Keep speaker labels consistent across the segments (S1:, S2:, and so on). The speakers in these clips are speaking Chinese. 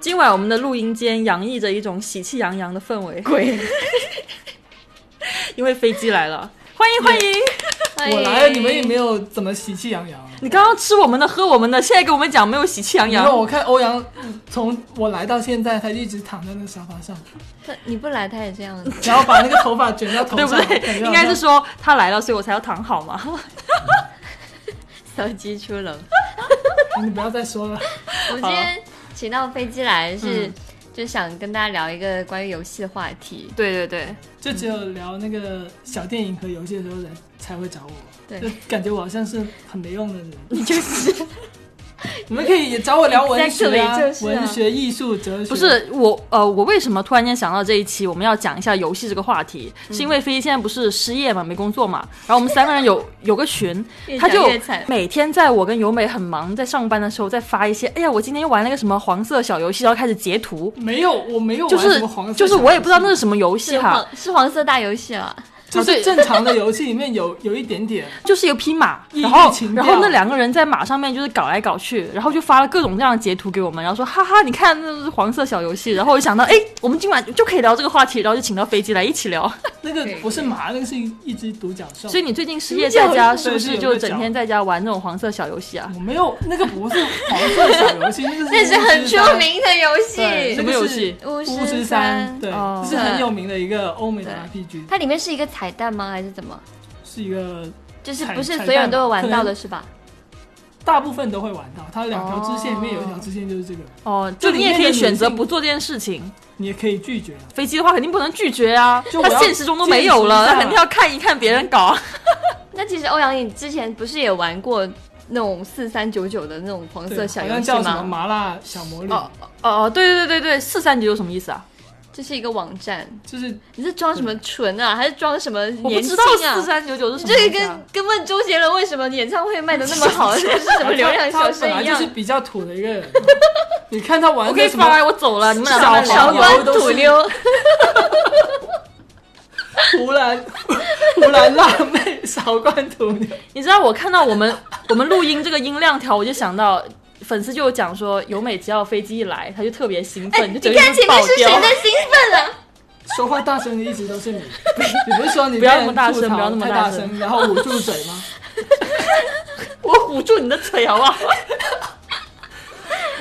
S1: 今晚我们的录音间洋溢着一种喜气洋洋的氛围，
S2: 鬼，
S1: 因为飞机来了，欢迎欢迎！哎
S3: 我来了，你们也没有怎么喜气洋洋。啊
S1: 你刚刚吃我们的，喝我们的，现在给我们讲没有喜气洋
S3: 然后
S1: 洋，
S3: 我看欧阳从我来到现在，他一直躺在那个沙发上，
S2: 他你不来他也这样，
S3: 然后把那个头发卷到头
S1: 对
S3: 上，
S1: 不
S3: 感
S1: 对？
S3: 觉好像
S1: 应该是说他来了，所以我才要躺好嘛。
S2: 小鸡出笼。
S3: 你不要再说了。
S2: 我们今天请到飞机来是、就想跟大家聊一个关于游戏的话题，
S1: 对对对，
S3: 就只有聊那个小电影和游戏的时候人才会找我，
S2: 对
S3: 就感觉我好像是很没用的人。你就是， 你们可以也找我聊文学
S2: Exactly，就是啊
S3: 文学、艺术、哲学。
S1: 不，是我呃，我为什么突然间想到这一期我们要讲一下游戏这个话题？是
S3: 嗯
S1: 因为飞机现在不是失业嘛，没工作嘛，然后我们三个人 有有个群，
S2: 越
S1: 他
S2: 讲
S1: 就
S2: 越惨。
S1: 每天在我跟由美很忙在上班的时候，再发一些，哎呀，我今天又玩了一个什么黄色小游戏，然后开始截图，
S3: 没有，我没有
S1: 就
S3: 玩
S1: 是
S3: 什么黄色，
S1: 就是我也不知道那是什么游戏
S2: 是
S1: 哈，
S2: 黄是黄色大游戏啊，
S3: 就
S1: 对
S3: 是正常的游戏里面有有一点点，
S1: 就是有匹 马，
S3: 异域
S1: 然后
S3: 情调
S1: 然后那两个人在马上面就是搞来搞去，然后就发了各种各样的截图给我们，然后说哈哈，你看那是黄色小游戏，然后我就想到，哎，我们今晚就可以聊这个话题，然后就请到飞机来一起聊。
S3: 那个
S2: 对
S3: 不是马，那个是一一只独角兽。
S1: 所以你最近失业在家，是不
S3: 对
S1: 是
S3: 是有
S1: 就
S3: 个嗯
S1: 整
S3: 角
S1: 天在家玩那种黄色小游戏啊？
S3: 我没有，那个不是黄色小游戏，那个是
S2: 那是很
S3: 巫师
S2: 出
S3: 三。
S2: 名的游
S1: 什
S3: 对，
S2: 戏
S3: 那
S1: 么，
S3: 个
S1: 游
S3: 是
S1: 戏
S2: 巫
S3: 巫
S2: 师
S3: 师
S2: 三
S3: 三，对，
S1: 哦
S3: 这是很有名的一个欧美的
S2: 对
S3: RPG，
S2: 它里面是一个彩蛋吗？还是怎么？
S3: 是一个
S2: 就是
S3: 彩
S2: 不是
S3: 彩
S2: 所有
S3: 蛋
S2: 人都有玩
S3: 可
S2: 到
S3: 能
S2: 的是吧？
S3: 大部分都会玩到。它有两条支线，里面有一条支线就是这个，
S1: 哦，就
S3: 这里
S1: 你也
S3: 面
S1: 可以
S3: 的女
S1: 选择
S3: 性
S1: 不做这件事情。
S3: 你也可以拒绝啊。
S1: 飞机的话肯定不能拒绝啊，
S3: 就
S1: 他
S3: 我要
S1: 现实中都没有了，
S3: 见识一下
S1: 他肯定要看一看别人搞。
S2: 那其实欧阳，你之前不是也玩过那种四三九九的那种黄色
S3: 对，
S2: 小
S3: 好
S2: 游
S3: 像
S2: 戏
S3: 叫什么
S2: 吗？
S3: 麻辣小魔女，
S1: 哦哦哦，对对对对对，四三九有什么意思啊？
S2: 这是一个网站，
S3: 就是
S2: 你是装什么纯啊，还是装什么
S1: 我不
S2: 年
S1: 知
S2: 轻
S1: 道
S2: 啊
S1: 四？三九九是什么
S2: 这
S1: 意
S2: 个
S1: 思啊。
S2: 跟跟问周杰伦为什么演唱会卖的那么好，是什么流
S3: 他
S2: 量小
S3: 他本
S2: 生
S3: 来
S2: 一
S3: 就
S2: 样
S3: 是？比较土的一个 人。啊你看他玩
S1: 我可以
S3: 个什么
S1: 发来，我走了，你们俩
S3: 小
S1: 慢慢聊
S2: 韶
S3: 黄
S2: 关
S3: 油都是
S2: 土溜，
S3: 湖南 湖南辣妹 韶关土牛，
S1: 你知道我看到我们 我们录音这个音量条，我就想到粉丝就有讲说，由美只要飞机一来，他就特别兴奋，就整
S2: 哎你
S1: 个
S2: 看
S1: 人就
S2: 前面
S1: 爆
S2: 是谁
S1: 掉。
S2: 在兴奋啊？
S3: 说话大声的一直都 是你。你不是说你
S1: 不要
S3: 被
S1: 那
S3: 人
S1: 么大声
S3: 吐槽
S1: 不要那么
S3: 太
S1: 大
S3: 大
S1: 声
S3: 然后捂住嘴 吗？
S1: 我捂住你的嘴好不 好？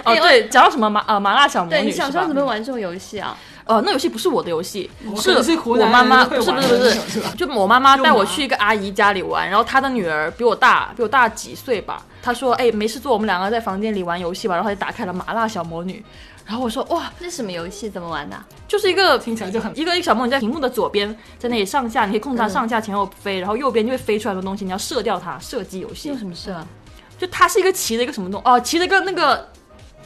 S1: 哦，
S2: 哎我
S1: 对，讲到什么麻呃麻辣小魔
S2: 对
S1: 女
S2: 你
S1: 是吧？
S2: 小时候怎么玩这种游戏啊？
S1: 呃，那游戏不是我的游戏，
S3: 可能是湖
S1: 我
S3: 南
S1: 妈妈，
S3: 人
S1: 不
S3: 会
S1: 是不
S3: 玩的
S1: 是不
S3: 那种是
S1: 是，
S3: 吧啊
S1: 就我妈妈
S3: 就
S1: 带我
S3: 麻
S1: 去一个阿姨家里玩，然后她的女儿比我大，比我大几岁吧。她说：“哎，没事做，我们两个在房间里玩游戏吧。”然后她就打开了《麻辣小魔女》，然后我说：“哇，
S2: 那什么游戏？怎么玩的？
S1: 就是一个
S3: 听起来就很
S1: 一个一个小魔女在屏幕的左边，在那里上下，你可以控
S2: 嗯
S1: 制它上下前后飞，然后右边就会飞出来很多东西，你要射掉它，射击游戏
S2: 有。什么事啊？
S1: 就它是一个骑着一个什么东哦，骑着一个那个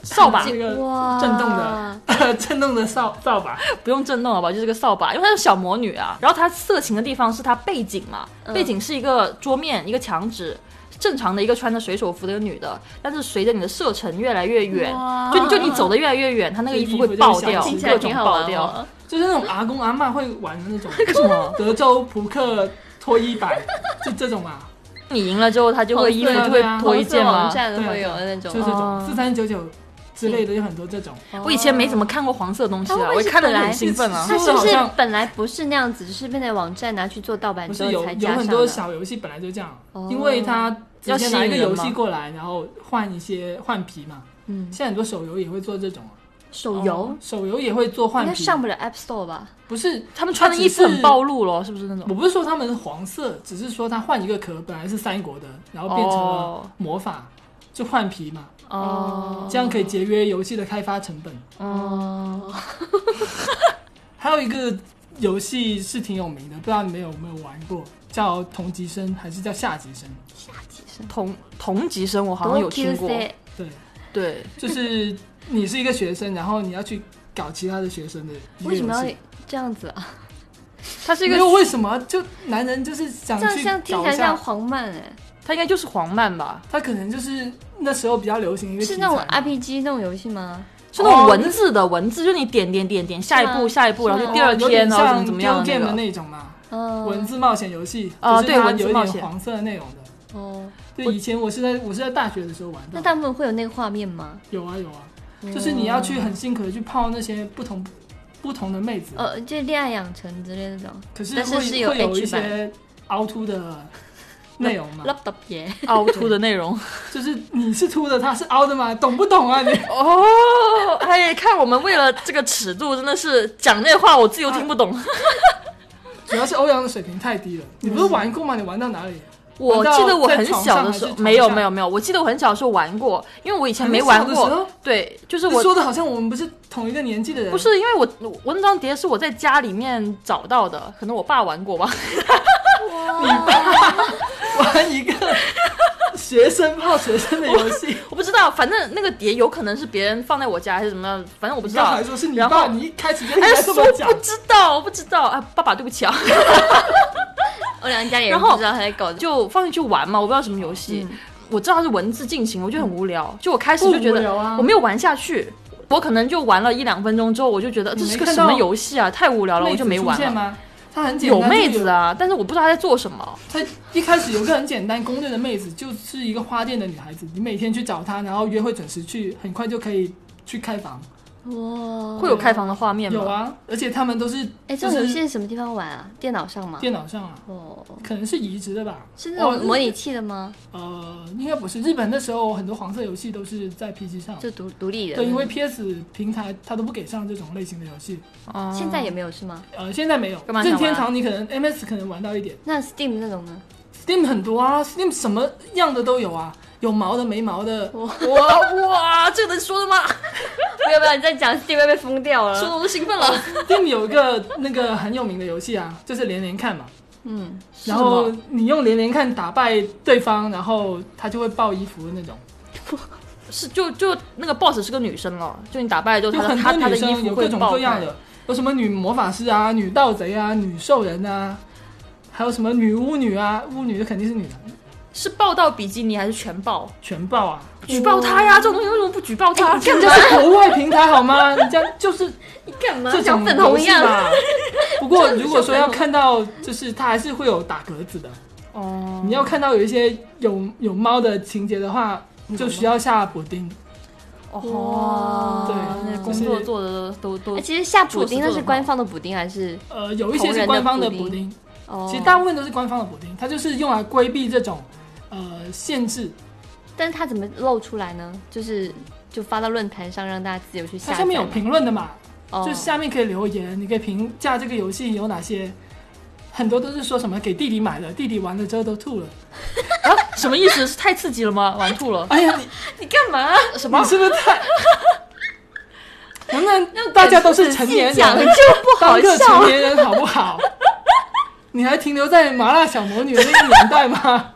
S1: 扫把，
S3: 这个
S2: 哇，
S3: 震动的。 震动的扫扫把，
S1: 不用震动好吧，就是个扫把，因为她是小魔女啊。然后她色情的地方是她背景嘛，
S2: 嗯
S1: 背景是一个桌面，一个墙纸，正常的一个穿着水手服的一个女的，但是随着你的射程越来越远，
S2: 哇哦
S1: 就就你走的越来越远，她那个衣服会
S3: 衣服就
S1: 爆
S3: 是小
S1: 掉，
S3: 青
S2: 听起
S1: 各
S2: 来挺
S1: 种
S2: 好
S1: 爆
S2: 玩
S1: 掉。
S2: 哦。
S3: 就是那种阿公阿嬷会玩的那 种
S1: 那个什么，
S3: 德州扑克脱衣板，就这种啊嘛，
S1: 你赢了之后，她就会衣服
S3: 对啊
S1: 就会
S3: 对啊
S1: 脱一件
S2: 网
S1: 吗？
S2: 站会
S3: 对
S2: 有
S3: 啊
S2: 那种哦
S3: 就，这
S1: 哦
S3: 种四三九九之类的，有很多这种。
S1: 我以前没怎么看过黄色东西
S2: 它
S1: 啊，
S2: 会不
S1: 我
S2: 会是
S1: 看了就
S2: 本
S1: 很
S2: 来
S1: 兴奋啊。
S2: 它是不
S3: 好
S2: 是
S3: 像
S2: 本来不是那样子，只是被那网站拿去做盗版
S3: 不
S2: 之
S3: 是
S2: 后
S3: 有
S2: 才
S3: 有
S2: 加
S3: 很
S2: 上
S3: 多
S2: 的？
S3: 小游戏本来就这样
S2: 哦，
S3: 因为它直接拿一个游
S1: 要吸引人
S3: 戏
S1: 吗
S3: 过来，然后换一些换皮嘛。
S2: 嗯，
S3: 现在很多手游也会做这种啊，
S2: 手游
S3: 手游也会做
S2: 应
S3: 换
S2: 该
S3: 皮，
S2: 上不了 App Store 吧？
S3: 不是
S1: 他们穿的衣服很暴露咯，是不是那
S3: 我
S1: 种？
S3: 不是说他们是黄色，只是说它换一个壳，本来是三国的，然后变成
S1: 哦
S3: 了魔法，就换皮嘛，
S1: 哦，
S3: 这样可以节约游戏的开发成本。
S1: 嗯
S2: 哦，
S3: 还有一个游戏是挺有名的，不知道你们有没有玩过，叫同级生还是叫下级生？
S2: 下级生
S1: 同同级生我好像有听过，
S3: 对，
S1: 对，
S3: 就是你是一个学生，然后你要去搞其他的学生的一个
S2: 为什么
S3: 游
S2: 要
S3: 戏。
S2: 这样子啊？
S1: 它是一
S3: 没
S1: 个，
S3: 有为什么，就男人就是想
S2: 这样
S3: 去
S2: 像听起
S3: 搞
S2: 来
S3: 一
S2: 像
S3: 下，
S2: 黄漫哎，
S1: 它应该就是黄漫吧，
S3: 他可能就是那时候比较流行一个
S2: 是
S3: 题
S2: 那种
S3: 材
S2: RPG 那种游戏吗？
S1: 是那种
S3: 哦
S1: 文字的文字，就是你点点点点，下一步
S2: 是啊
S1: 下一步，
S2: 是
S1: 然
S2: 啊
S1: 后就第二天，然后怎么怎么样
S3: 哦有点像 Game 的
S1: 那个。
S3: 那种嘛，
S2: 嗯，
S3: 文字冒险游戏
S1: 啊
S3: 只是
S1: 对
S3: 它
S1: 文字
S3: 有一
S1: 冒
S3: 点
S1: 险
S3: 黄色的内容的。
S2: 哦，
S3: 对，以前我是在我是在大学的时候玩
S2: 那
S3: 的，
S2: 他们会有那个画面吗？
S3: 有啊有啊，
S1: 嗯
S3: 就是你要去很辛苦的去泡那些不同不同的妹子，
S2: 呃，就恋爱养成之类的那种
S3: 可是
S2: 但是
S3: 会
S2: 是有
S3: 会有
S2: H
S3: 一些凹凸 的内容嘛，
S2: ，laptop 耶，
S1: 凹凸的内容
S3: 就是你是凸的，他是凹的嘛，懂不懂啊？你
S1: 哦。哎，看我们为了这个尺度，真的是讲那话我自己都听不懂。
S3: 主要是欧阳的水平太低了，你
S1: 嗯
S3: 不是玩过吗？你玩到哪里？
S1: 我记得我很小的时
S3: 玩到在床上还是床
S1: 候
S3: 下
S1: 没有没有没有，我记得我很小的时候玩过，因为我以前没玩
S3: 很小的时
S1: 过
S3: 候。
S1: 对，就是
S3: 你
S1: 我
S3: 说的好像我们不是同一个年纪的人，
S1: 不是因为我我那张碟是我在家里面找到的，可能我爸玩过吧。
S3: 玩一个 学生泡学生的游戏。
S1: 我不知道，反正那个碟有可能是别人放在我家还是怎么样，反正我不知
S3: 刚
S1: 道
S3: 才。说是你
S1: 然
S3: 爸，
S1: 后
S3: 你一开始就应
S1: 哎呀，
S3: 该这
S1: 说
S3: 么讲
S1: 不。知道，我不知道啊，爸爸对不起啊，
S2: 欧阳家里人
S1: 然后
S2: 不知道他在搞，
S1: 就放进去玩嘛，我不知道什么游戏，我知道它是文字进行，我就很无聊，就我开始就觉
S3: 嗯不无
S1: 得
S3: 聊啊
S1: 我没有玩下去。我可能就玩了一两分钟之后，我就觉得这
S3: 嗯你没
S1: 是个
S3: 看
S1: 什么
S3: 到
S1: 游戏啊，太无聊了，
S3: 妹
S1: 我
S3: 子
S1: 就没玩
S3: 出现
S1: 了。
S3: 吗？他很简
S1: 有
S3: 单，
S1: 妹
S3: 就
S1: 子啊，但是我不知道她在做什么。
S3: 他一开始有个很简单攻略的妹子，就是一个花店的女孩子，你每天去找她，然后约会准时去，很快就可以去开房。
S2: 哇，
S1: 会有开房的画面吗？
S3: 有，啊，而且他们都是
S2: 哎，这
S3: 就
S2: 种游戏
S3: 是
S2: 是什么地方玩啊？电脑上吗？
S3: 电脑上啊，
S2: 哦，
S3: 可能是移植的吧？
S2: 是那种
S3: 哦
S2: 模拟器的吗？
S3: 呃，应该不是。日本那时候很多黄色游戏都是在 PC 上，
S2: 就独独立的，嗯
S3: 对，因为 PS 平台它都不给上这种类型的游戏。
S1: 哦
S2: 现在也没有是吗？
S3: 呃，现在没有
S1: 干嘛。想
S3: 任
S1: 玩
S3: 天堂你可能 MS 可能玩到一点
S2: 那 Steam 那种 呢？
S3: ，Steam 很多啊，Steam 什么样的都有啊，有毛的、没毛的，
S1: 哇哇，这能说的吗？
S2: 不要不要，你再讲 Steam 会被封掉
S3: 呃
S1: 说的
S2: 了。
S1: 我都兴奋了。
S3: Steam 有一个那个很有名的游戏啊，就是连连看嘛。
S2: 嗯，
S3: 然后你用连连看打败对方，然后他就会爆衣服的那种。
S1: 是就就那个 boss 是个女生了，就你打败了之后，
S3: 有
S1: 她的
S3: 很
S1: 她
S3: 多
S1: 她的
S3: 女
S1: 衣
S3: 生
S1: 服
S3: 有
S1: 会
S3: 各种
S1: 爆
S3: 各
S1: 开
S3: 样的，有什么女魔法师啊、女盗贼啊、女兽人啊，还有什么女巫女啊，巫女肯定是女的，
S1: 是报道比基尼还是全报？
S3: 全 爆啊！
S1: 举报他呀！这种东西为什么不举报他？
S3: 人家是国外平台好吗？人家就是
S2: 你干嘛
S3: 这
S2: 讲
S3: 种
S2: 粉红一
S3: 游戏
S2: 样？
S3: 嘛。不过如果说要看到，就是它还是会有打格子的。
S1: 哦，
S3: 你要看到有一些有有猫的情节的话，
S2: 嗯
S3: 就需要下补丁。
S1: 哦，
S3: 对
S1: 那工作做的都都
S2: 哎，
S1: 都
S2: 其实下补丁
S1: 做
S2: 那
S1: 得
S2: 是官方的补丁还是？
S3: 呃，有一些是官方的补
S2: 同人
S3: 丁，
S2: 哦，
S3: 其实大部分都是官方的补丁，它就是用来规避这种呃限制。
S2: 但是他怎么露出来呢？就是就发到论坛上让大家自由去下
S3: 它
S2: 载嘛。
S3: 下面有评论的嘛，
S2: 哦，
S3: 就下面可以留言，你可以评价这个游戏有哪些。很多都是说什么给弟弟买的，弟弟玩了之后都吐了。
S1: 啊，什么意思？是太刺激了吗？玩吐了？
S3: 哎呀，你
S2: 你干嘛？
S1: 什么
S3: 你？是不是 太？能不能大家都是成年人，
S2: 讲就 不好
S3: 当个
S2: 笑
S3: 成。年人好不好？你还停留在麻辣小魔女的那个年代吗？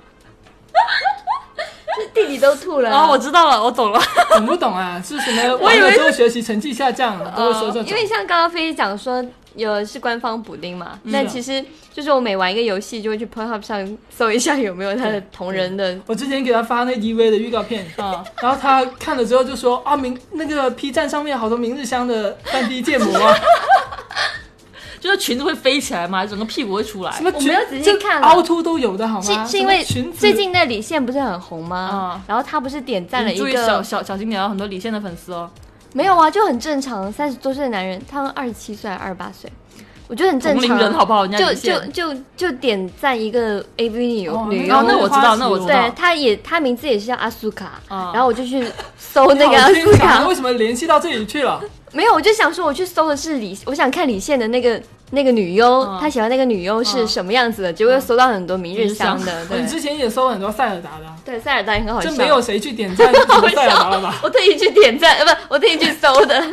S2: 弟弟都
S3: 哎
S2: 吐了啊
S1: 哦，我知道了，我懂了。
S3: 懂不懂啊？是什么？
S1: 我以为
S3: 之后学习成绩下降，都会说这种。
S2: 呃因为像刚刚飞讲说有是官方补丁嘛，但其实就是我每玩一个游戏就会去 Pornhub 上搜一下有没有他的同人的，
S3: 我之前给他发那 EV 的预告片，
S1: 啊，
S3: 然后他看了之后就说啊，明那个 P 站上面有好多明日香的三 D 建模 啊，
S1: 就是裙子会飞起来嘛，整个屁股会出来
S3: 什。么
S2: 我
S3: 裙
S2: 没有仔细
S3: 这
S2: 看了
S3: 凹凸都有的好
S2: 是
S3: 吗？
S2: 是因
S3: 什
S2: 为
S3: 么裙子
S2: 最近那李现不是很红吗
S1: 啊？
S2: 然后他不是点赞了
S1: 你
S2: 一
S1: 注意小
S2: 个
S1: 小小心点啊，很多李现的粉丝哦，
S2: 没有啊，就很正常，三十多岁的男人，他们二十七岁还是二十八岁，我觉得很正
S1: 同龄
S2: 常。啊
S1: 人好不好？人家
S2: 就
S1: 李现
S2: 就就就点赞一个 AV 女优
S3: 哦
S2: 女
S1: 哦
S2: 优，
S1: 那我知道那我知道
S2: 对，她也她名字也是叫阿苏卡，
S1: 啊
S2: 然后我就去搜 那
S3: 你
S2: 个
S3: 好
S2: 阿苏
S3: 牵强
S2: 卡
S3: 为，什么联系到这里去了？
S2: 没有，我就想说我去搜的是李，我想看李现的那个那个女优，
S1: 嗯
S2: 她喜欢那个女优是什么样子的，结果
S1: 啊
S2: 又搜到很多明日香的，
S3: 你
S2: 对
S3: 之前也搜很多塞尔达的啊，
S2: 对，塞尔达也很好笑，
S3: 这没有谁去点赞什么塞尔达了吧？
S2: 我特意去点赞，呃，不，我特意去搜 的，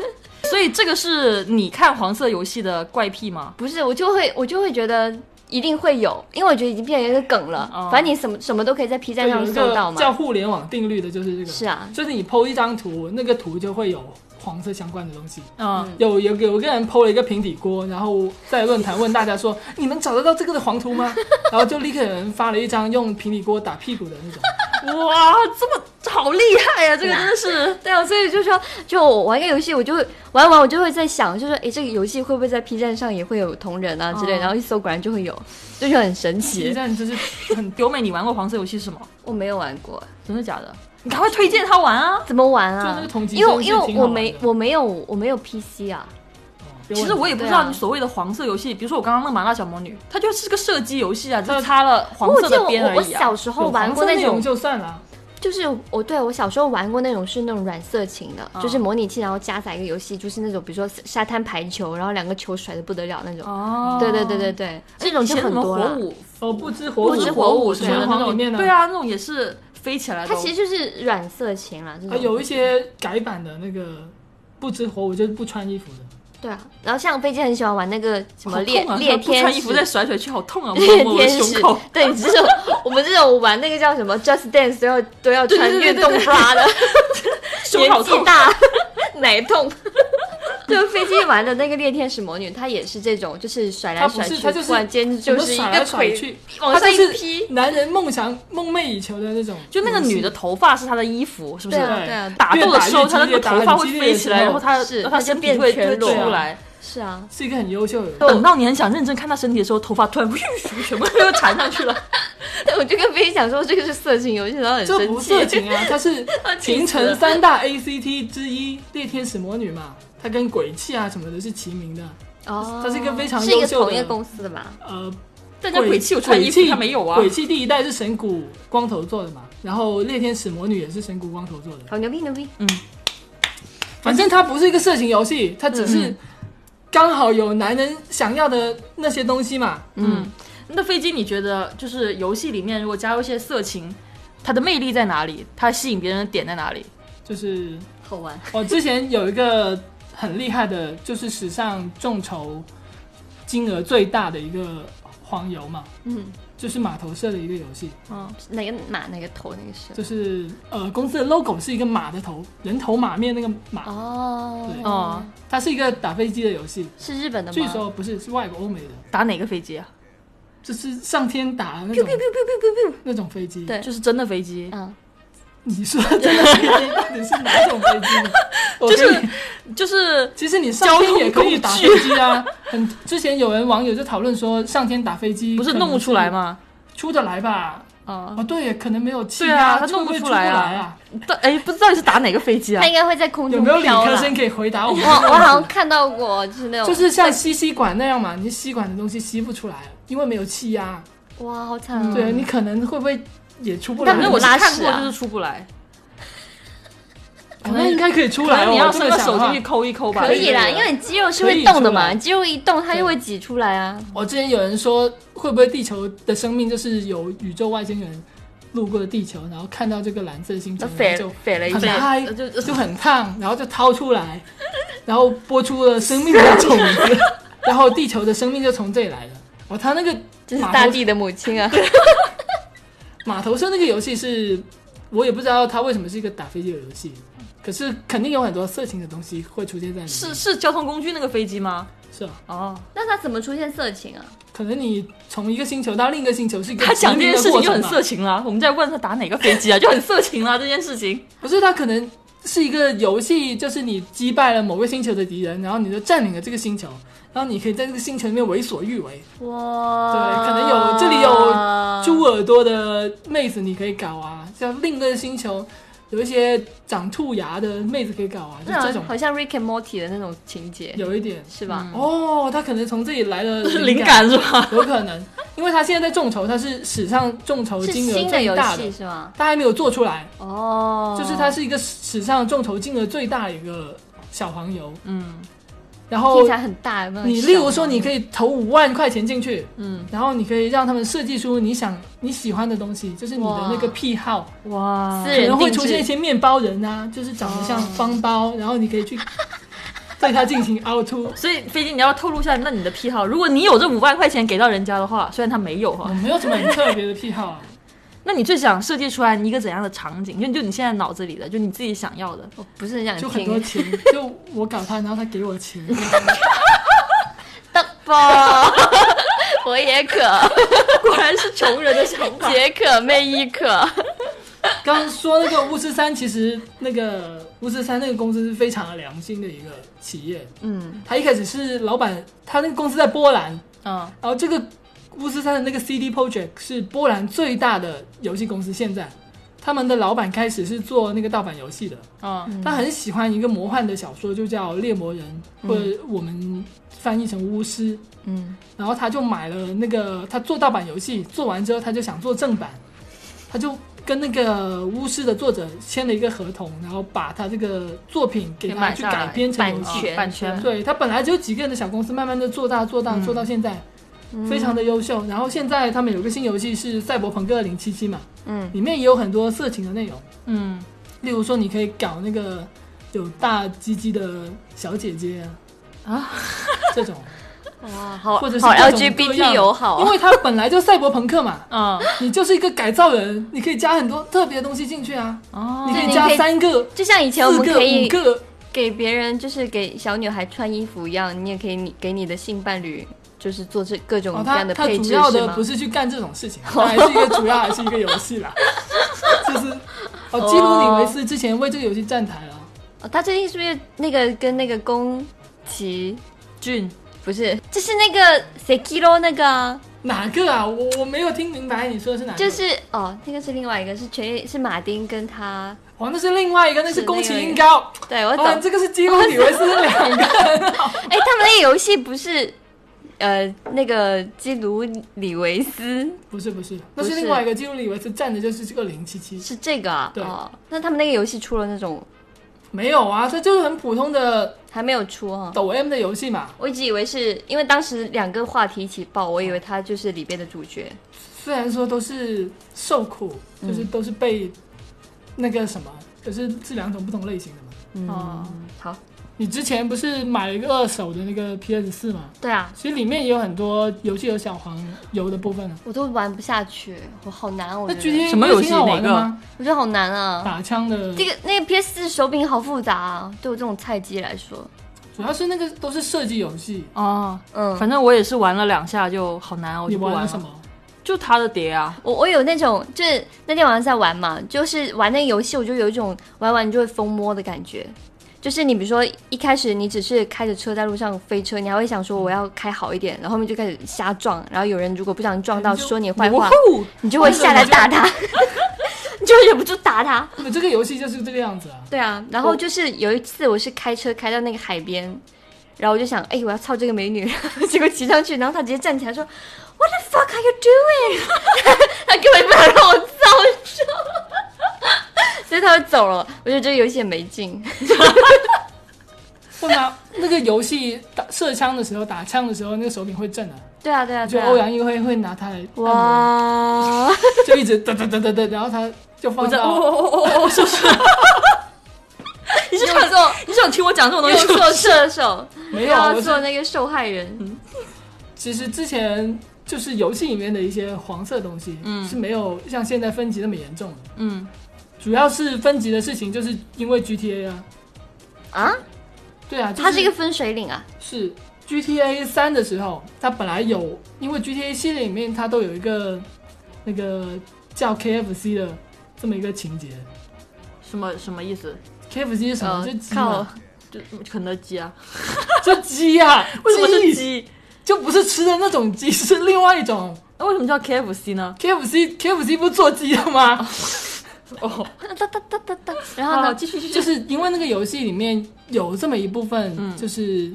S1: 所以这个是你看黄色游戏的怪癖吗？
S2: 不是，我就会我就会觉得。一定会有，因为我觉得已经变成一个梗了。
S1: 哦
S2: 反正你什么什么都可以 在 P 站上
S3: 有一
S2: 搜
S3: 个
S2: 到嘛。
S3: 叫互联网定律的，就是这个。
S2: 是啊，
S3: 就是你 PO 一张图，那个图就会有黄色相关的东西。
S1: 嗯，
S3: 有有有个人 PO 了一个平底锅，然后在论坛问大家说：“你们找得到这个的黄图吗？” 然后就立刻有人发了一张用平底锅打屁股的 那种。
S1: 哇，这么好厉害呀、这个真的是。
S2: 对啊，所以就说，就我玩一个游戏，我就会玩完，我就会在想，就说，诶，这个游戏会不会在 P 站上也会有同人啊之类的，
S1: 哦
S2: 然后一搜果然就会有，就是很神
S3: B
S2: 奇。
S3: 站就是很哦
S1: 刘美，你玩过黄色游戏是什么？
S2: 我没有玩过，
S1: 真的假的？你赶快推荐他玩啊！
S2: 怎么玩
S3: 就那
S2: 啊
S3: 个？同级
S2: 因
S3: 生
S2: 为
S3: 其
S2: 因
S3: 实挺好
S2: 为我
S3: 玩的
S2: 没我没有我没有 PC 啊，
S3: 别
S1: 其
S3: 问
S1: 实我也不知道
S2: 对啊
S1: 你所谓的黄色游戏，比如说我刚刚那个麻辣小魔女，它就是个射击游戏啊，就擦了黄
S2: 我
S1: 色
S2: 记得
S1: 的
S2: 我
S1: 边
S2: 我
S1: 而
S2: 我
S1: 已啊。
S2: 小时候
S3: 有
S2: 玩
S3: 黄
S2: 过
S3: 色
S2: 那
S3: 内
S2: 种
S3: 容，就算了，
S2: 就是我对我小时候玩过那种是那种软色情的，
S1: 嗯
S2: 就是模拟器，然后加载一个游戏，就是那种比如说沙滩排球，然后两个球甩的不得了那种。
S1: 哦
S2: 对对对对对，这
S1: 以
S2: 种就
S1: 前什
S2: 很
S1: 么
S2: 多
S1: 火
S2: 了。
S1: 舞，
S3: 哦，不知火舞，
S2: 不知火舞
S1: 什
S2: 对
S1: 么的
S3: 拳
S1: 那
S3: 皇
S1: 种
S3: 里面的，
S1: 对，啊，那种也是飞起来的。
S2: 它其实就是软色情啦，这
S3: 啊，
S2: 种。
S3: 有一些改版的那个不知火舞就是不穿衣服的，
S2: 对啊，然后像飞机很喜欢玩那个什
S1: 好
S2: 么
S1: 痛
S2: 猎
S1: 啊
S2: 猎
S1: 不穿
S2: 天
S1: 衣
S2: 使
S1: 服， 再甩甩去，好痛啊！摸
S2: 猎
S1: 摸我的
S2: 天
S1: 胸
S2: 使
S1: 口。，
S2: 对，你这种我们这种玩那个叫什么 Just Dance 都要都要穿
S1: 对对对
S2: 运动 bra 的，
S1: 胸好
S2: 年纪
S1: 痛
S2: 大，奶痛。就飞机玩的那个猎天使魔女，她也是这种，就是甩
S3: 她
S2: 来
S3: 不
S2: 甩
S3: 是
S2: 去，
S3: 她就是
S2: 突然间
S3: 什
S2: 就
S3: 么
S2: 是一
S3: 甩
S2: 个
S3: 来甩
S2: 腿
S3: 去，
S2: 往
S3: 它
S2: 上
S3: 就
S2: 一
S3: 是
S2: 劈。
S3: 男人梦想梦寐以求的那种，
S1: 就那个女的。头发是她的衣服，是不
S2: 对
S1: 是？
S2: 啊，
S3: 对
S2: 嗯对啊，
S1: 打斗的时候，她的那个头发会飞起来，
S3: 打
S1: 然后她
S2: 是
S1: 她身体会会出来。
S2: 是啊，
S3: 是一个很优秀的 人，
S1: 等到你很想认真看她身体的时候，头发突然 咻咻全部都缠上 去了。
S2: 对，我就跟飞机讲说这个是色情游戏，然后很
S3: 这
S2: 生
S3: 不
S2: 气。
S3: 色情啊，它是
S2: 气
S3: 平
S2: 死了
S3: 成三大 ACT 之一《猎天使魔女》嘛，它跟鬼泣啊什么的是齐名的。
S2: 哦，
S3: 它是一个非常
S2: 是一
S3: 优
S2: 个
S3: 秀的
S2: 同一个公司的吧？
S3: 呃，
S1: 但人家鬼泣有穿衣服，
S3: 鬼泣
S1: 她没有啊
S3: 鬼。泣第一代是神谷光头做的嘛，然后《猎天使魔女》也是神谷光头做的。
S2: 好牛逼牛逼！
S3: 反正它不是一个色情游戏，它只是
S1: 嗯
S3: 刚好有男人想要的那些东西嘛。
S1: 嗯，那飞机你觉得就是游戏里面如果加入一些色情，它的魅力在哪里？它吸引别人的点在哪里？
S3: 就是
S2: 好玩，
S3: 我之前有一个很厉害的，就是史上众筹金额最大的一个黄油嘛，
S2: 嗯，
S3: 就是码头社的一个游戏，
S1: 嗯，
S2: 哪个马哪个头那个是？
S3: 就是呃公司的 logo 是一个马的头，人头马面那个马，
S2: 哦
S3: 对
S1: 哦，
S3: 它是一个打飞机的游戏。
S2: 是日本的吗？
S3: 据说不是，是外国欧美的，
S1: 打哪个飞机啊？
S3: 就是上天打 那种那种飞机。
S2: 对
S1: 就是真的飞机，
S2: 嗯，
S3: 你说的真的飞机到底是哪种飞机呢？我
S1: 就是
S3: 跟你
S1: 就是
S3: 其实你上天也可以打飞机啊。很之前有人网友就讨论说，上天打飞机
S1: 不是弄不出来
S3: 吗？
S1: 吗？
S3: 出得来吧？
S1: 啊，
S3: 哦，对，可能没有气
S1: 对啊他
S3: 它
S1: 弄
S3: 不
S1: 不
S3: 会
S1: 出
S3: 出
S1: 来
S3: 来
S1: 啊
S3: 啊。
S1: 但哎，不知道你是打哪个飞机啊
S2: 他？应该会在空
S3: 有
S2: 中
S3: 没有理
S2: 飘
S3: 科
S2: 啦。
S3: 生可以回答我们
S2: 我？我好像看到过，就是那 种，
S3: 就是像吸吸管那样嘛，你吸管的东西吸不出来，因为没有气压。
S2: 哇，好惨啊！
S3: 对你可能会不会也出不来？
S1: 反正
S2: 那
S1: 我是
S2: 拉
S1: 看
S2: 屎
S1: 过，
S2: 啊
S1: 就是出不来。
S3: 哦那应该可以出
S1: 可
S3: 来哦。
S1: 能你要
S3: 我这
S1: 伸个
S3: 么想
S1: 手
S3: 的话
S1: 进去抠一抠吧。
S2: 可以
S3: 可
S2: 啦，
S3: 以
S2: 因
S3: 的
S2: 为肌肉是会动的嘛，肌肉一动它
S3: 对嗯
S2: 就会挤出来啊。
S3: 我之前有人说，会不会地球的生命就是有宇宙外星人路过地球，然后看到这个蓝色星球，然后
S2: 匪了
S3: 就很
S2: 下，
S3: 嗨，
S1: 就
S3: 就很烫，然后就掏出来， 然后播出了生命的种子，然后地球的生命就从这里来了。哦，他那个
S2: 这是
S3: 码头
S2: 大地的母亲 啊！
S3: 码头社那个游戏是，我也不知道它为什么是一个打飞机的游戏，可是肯定有很多色情的东西会出现在里面。
S1: 是是交通工具那个飞机吗？
S3: 是啊，
S1: 哦，
S2: 那它怎么出现色情啊？
S3: 可能你从一个星球到另一个星球是一 个
S1: 他讲这
S3: 殖
S1: 件事情
S3: 民的过
S1: 就
S3: 程
S1: 很
S3: 嘛
S1: 色情了。我们在问他打哪个飞机啊，就很色情了。这件事情
S3: 不是，它可能是一个游戏，就是你击败了某个星球的敌人，然后你就占领了这个星球，然后你可以在这个星球里面为所欲为。
S2: 哇，
S3: 对可能有这里有
S2: 啊
S3: 猪耳朵的妹子你可以搞啊，像另一个星球有一些长兔牙的妹子可以搞啊，就
S2: 那
S3: 这
S2: 种
S3: 种
S2: 好像 Rick and Morty 的那种情节，
S3: 有一点。
S2: 是吧？
S3: 哦，他可能从这里来 了
S1: 灵
S3: 感，
S1: 感是吧？
S3: 有可能，因为他现在在众筹，他是史上众筹
S2: 是
S3: 金额
S2: 新的
S3: 最
S2: 游
S3: 大
S2: 戏
S3: 的，
S2: 是吗？
S3: 他还没有做出来，
S2: 哦，
S3: 就是它是一个史上众筹金额最大的一个小黄油，
S1: 嗯
S3: 然后
S2: 听起来很大，有没有？
S3: 你例如说，你可以投五万块钱进去，
S1: 嗯，
S3: 然后你可以让他们设计出你想你喜欢的东西，就是你的那个癖好，
S1: 嗯哇
S2: 私
S3: 可
S2: 人
S3: 能会
S2: 定制哦
S3: 出现一些面包人啊，就是长得像方包，然后你可 以去对他进行凹凸。
S1: 所以飞机，你要透露一下，那你的癖好，如果你有这五万块钱给到人家的话，虽然他没有
S3: 我
S1: 哈，
S3: 没有什么很特别的癖好啊，
S1: 那你最想设计出来一个怎样的场景？就就你现在脑子里的，就你自己想要的。
S2: 我不 是很想
S3: 就很
S2: 听。
S3: 多钱， 就我搞他，然后他给我钱，
S2: 的不， 我也渴，
S1: 果然是穷人的想法。
S2: 解渴魅亦渴。
S3: 刚刚说那个巫师三，其实那个巫师三那个公司是非常的良心的一个企业。
S2: 嗯，
S3: 他一开始是老板，他那个公司在波兰，
S1: 嗯，
S3: 然后这个巫师三的那个 CD Project 是波兰最大的游戏公司，现在他们的老板开始是做那个盗版游戏的，
S1: 嗯
S3: 他很喜欢一个魔幻的小说，就叫《猎魔人》，或者我们翻译成巫师。
S2: 嗯，
S3: 然后他就买了那个，他做盗版游戏，做完之后他就想做正版，他就跟那个巫师的作者签了一个合同，然后把他这个作品给
S1: 给
S3: 他
S1: 买
S3: 去
S1: 下来
S3: 改编成游
S2: 版
S3: 戏。
S2: 权
S1: 版权
S3: 对他本来就几个人的小公司，慢慢的做大做大，
S1: 嗯
S3: 做到现在
S2: 嗯
S3: 非常的优秀。然后现在他们有个新游戏是《赛博朋克2077》嘛，
S2: 嗯
S3: 里面也有很多色情的内容。
S1: 嗯，
S3: 例如说，你可以搞那个有大鸡鸡的小姐姐啊，
S1: 啊
S3: 这种，
S2: 哇， 好
S3: 或者是
S2: 好
S3: 各种各
S2: LGBT
S3: 样
S2: 友好
S3: 因
S2: 啊，
S3: 为它本来就赛博朋克嘛，
S1: 嗯
S3: 你就是一个改造人，你可以加很多特别的东西进去啊，
S1: 哦
S3: 你可
S2: 对
S3: 以
S2: 你
S3: 加
S2: 可以
S3: 三个、
S2: 就像以前我
S3: 四
S2: 们
S3: 个、
S2: 可
S3: 五
S2: 以
S3: 个，
S2: 给别人，就是给小女孩穿衣服一样，你也可以你给你的性伴侣，就是做这各种
S3: 哦，
S2: 各
S3: 它
S2: 样的
S3: 它
S2: 配
S3: 主
S2: 置，
S3: 要
S2: 是
S3: 的
S2: 吗
S3: 不？是去干这种事 情，它还是一个主要还是一个游戏啦， 就是哦，基努里维斯之前为这个游戏站台了，
S2: 哦，他最近是不是那个跟那个宫崎
S1: 俊
S2: 不是，就是那个 Sekiro 那个啊，
S3: 哪个啊？我我没有听明白你说的是哪个，
S2: 就是哦，那个是另外一个，是全是马丁跟他，
S3: 哦，那是另外一个，那
S2: 是
S3: 是
S2: 那
S3: 宫崎
S2: 个
S3: 英高。
S2: 对我懂，
S3: 哦，
S2: 哎、
S3: 这个是基努里维斯的两 个人哦，
S2: 他们那个游戏不是。呃，那个基努里维斯
S3: 不是不是，那是另外一个基努里维斯站的就是这个零七七，
S2: 是这个啊？
S3: 对
S2: 哦，那他们那个游戏出了那种
S3: 没有啊，这就是很普通的
S2: 还没有出哈、
S3: 抖 M 的游戏嘛。
S2: 我一直以为是因为当时两个话题一起爆，我以为他就是里边的主角。
S3: 虽然说都是受苦，
S2: 嗯
S3: 就是都是被那个什么，可是是两种不同类型的嘛。
S1: 哦
S2: 嗯，好，
S3: 你之前不是买了一个二手的那个 PS 四吗？
S2: 对啊，
S3: 其实里面也有很多游戏有小黄油的部分啊。
S2: 我都玩不下去，我好 难，啊我
S3: 那
S2: 觉
S3: GTA
S2: 得，
S1: 什么游戏
S3: 不是挺好玩的吗？
S2: 我觉得好难啊。
S3: 打枪的，
S2: 这个那个 PS 四手柄好复杂、啊，对我这种菜鸡来说，
S3: 主要是那个都是射击游戏。
S1: 哦，
S2: 嗯，
S1: 反正我也是玩了两下就好难哦，我
S3: 你
S1: 就不
S3: 玩
S1: 玩
S3: 了什？么？
S1: 就他的碟啊，
S2: 我我有那种，就是那天晚上在玩嘛，就是玩那个游戏，我就有一种玩完就会疯魔的感觉。就是你比如说一开始你只是开着车在路上飞车，你还会想说我要开好一点，然后后面就开始瞎撞，然后有人如果不想撞到
S3: 你就
S2: 说你坏
S1: 哇
S2: 话，
S1: 哦
S2: 你就会下来打他， 你就会忍不住打他。
S3: 那这个游戏就是这个样子啊。
S2: 对啊，然后就是有一次我是开车开到那个海边，然后我就想，哎，我要操这个美女，结果骑上去，然后她直接站起来说，What the fuck are you doing？她根本不想让我操手，所以她就走了。我觉得这个游戏也没劲，
S3: 会吗？那个游戏打射枪的时候，打枪的时候，那个手柄会震啊。
S2: 对啊，对啊，
S3: 就
S2: 对
S3: 欧
S2: 啊。
S3: 阳议会会拿它来按摩，
S2: 哇，
S3: 就一直哒哒哒哒哒，然后它就
S1: 我
S3: 放
S1: 在哦
S3: 到
S1: 哦哦哦哦，是不是？你是
S2: 用
S1: 想
S2: 错
S1: 你是想听我讲这种东
S2: 用
S1: 西？
S2: 错射手，
S3: 没
S2: 不
S3: 有。
S2: 要
S3: 我
S2: 做
S3: 是
S2: 那个受害人。
S3: 其实之前就是游戏里面的一些黄色东西，
S1: 嗯
S3: 是没有像现在分级那么严重的。
S1: 嗯，
S3: 主要是分级的事情，就是因为 GTA 啊，
S2: 啊，
S3: 对啊，就
S2: 它是一个
S3: 是
S2: 分水岭啊，
S3: 是 GTA 三的时候，它本来有，因为 GTA 系列里面它都有一个那个叫 KFC 的这么一个情节。
S1: 什么什么意思？
S3: KFC 是什么？
S2: 呃
S3: 就鸡
S2: 靠
S3: 嘛，，
S1: 就肯德基啊？
S3: 就鸡呀、
S1: 为什么是
S3: 鸡？
S1: 鸡？
S3: 就不是吃的那种鸡，是另外一种
S1: 那为什么叫 KFC 呢？
S3: KFC。KFC 不是做鸡的吗？
S1: 哦，
S2: 哒哒哒哒哒，然
S1: 好
S2: 后
S1: 了，
S2: 呢？
S1: 继续继续，
S3: 就是因为那个游戏里面有这么一部分，
S1: 嗯
S3: 就是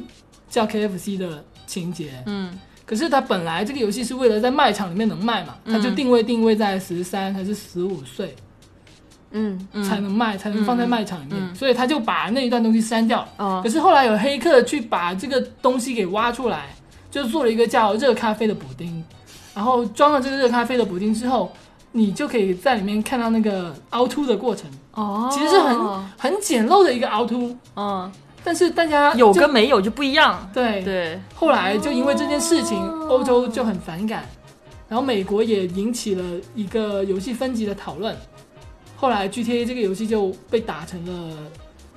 S3: 叫 KFC 的情节。
S1: 嗯
S3: 可是它本来这个游戏是为了在卖场里面能卖嘛，
S1: 嗯
S3: 它就定位定位在十三还是十五岁
S2: 嗯，
S1: 嗯，
S3: 才能卖，才能放在卖场里面，
S1: 嗯嗯
S3: 所以他就把那一段东西删掉了。
S1: 哦
S3: 可是后来有黑客去把这个东西给挖出来，就做了一个叫热咖啡的补丁，然后装了这个热咖啡的补丁之后，你就可以在里面看到那个凹凸的过程，
S1: 哦，
S3: 其实是很、很简陋的一个凹凸，
S1: 嗯，
S3: 但是大家
S1: 有
S3: 就
S1: 跟没有就不一样。
S3: 对，
S1: 对，
S3: 后来就因为这件事情，
S2: 哦
S3: 欧洲就很反感，然后美国也引起了一个游戏分级的讨论，后来 GTA 这个游戏就被打成了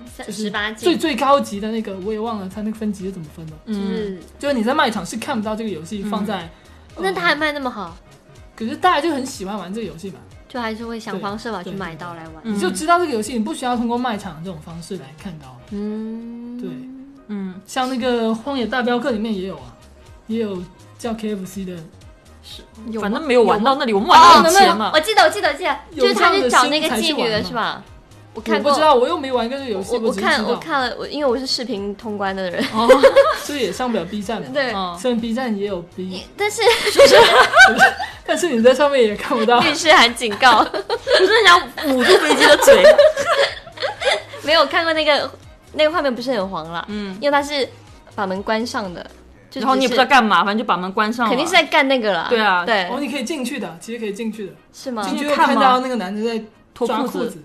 S2: 三
S3: 就是
S2: 十八
S3: 最
S2: 禁，
S3: 最高级的那个，我也忘了它那个分级是怎么分的。
S2: 就
S1: 嗯，
S2: 是
S3: 就是你在卖场是看不到这个游戏放在，
S2: 嗯
S3: 呃
S2: 那他还卖那么好，
S3: 可是大家就很喜欢玩这个游戏嘛，
S2: 就还是会想方设法去
S3: 对对
S2: 买到来玩。
S1: 嗯
S3: 你就知道这个游戏，你不需要通过卖场这种方式来看到。
S2: 嗯，
S3: 对，
S1: 嗯，
S3: 像那个《荒野大镖客》里面也有啊，也有叫 KFC 的
S2: 是
S1: 嗯反正没有啊玩到那里，我们玩
S2: 哦
S1: 到很前嘛
S2: 我。记得，我记得，我记得，
S3: 有
S2: 就是他
S3: 这样
S2: 去
S3: 的
S2: 找
S3: 心
S2: 那个
S3: 才
S2: 妓
S3: 去
S2: 女
S3: 玩
S2: 的
S3: 吗
S2: 是吧？
S3: 我
S2: 我看
S3: 不
S2: 过
S3: 知，道，我又没玩过这个游戏，
S2: 我
S3: 只
S2: 我
S3: 是
S2: 看
S3: 知
S2: 我
S3: 道
S2: 看了，我因为我是视频通关的人，
S1: 哦，
S3: 所以也上不了 B 站嘛。
S2: 对，
S1: 嗯
S3: 虽然 B 站也有 B，
S2: 但是
S3: 但是你在上面也看不到。
S2: 律师函警告，
S1: 不是想捂住飞机的 嘴。
S2: 没有看过那个那个画面不是很黄了，
S1: 嗯，
S2: 因为他是把门关上的，就
S1: 然后你也
S2: 只
S1: 不知
S2: 是
S1: 道干嘛，反正就把门关上了。
S2: 肯定是在干那个了，
S1: 对啊
S2: 对
S3: 哦，，你可以进去的，其实可以进去的。
S2: 是吗？
S3: 进去
S1: 去
S3: 就
S1: 看
S3: 看
S1: 吗
S3: 到那个男的在
S1: 脱
S3: 抓
S1: 裤
S3: 裤
S1: 子
S3: 子，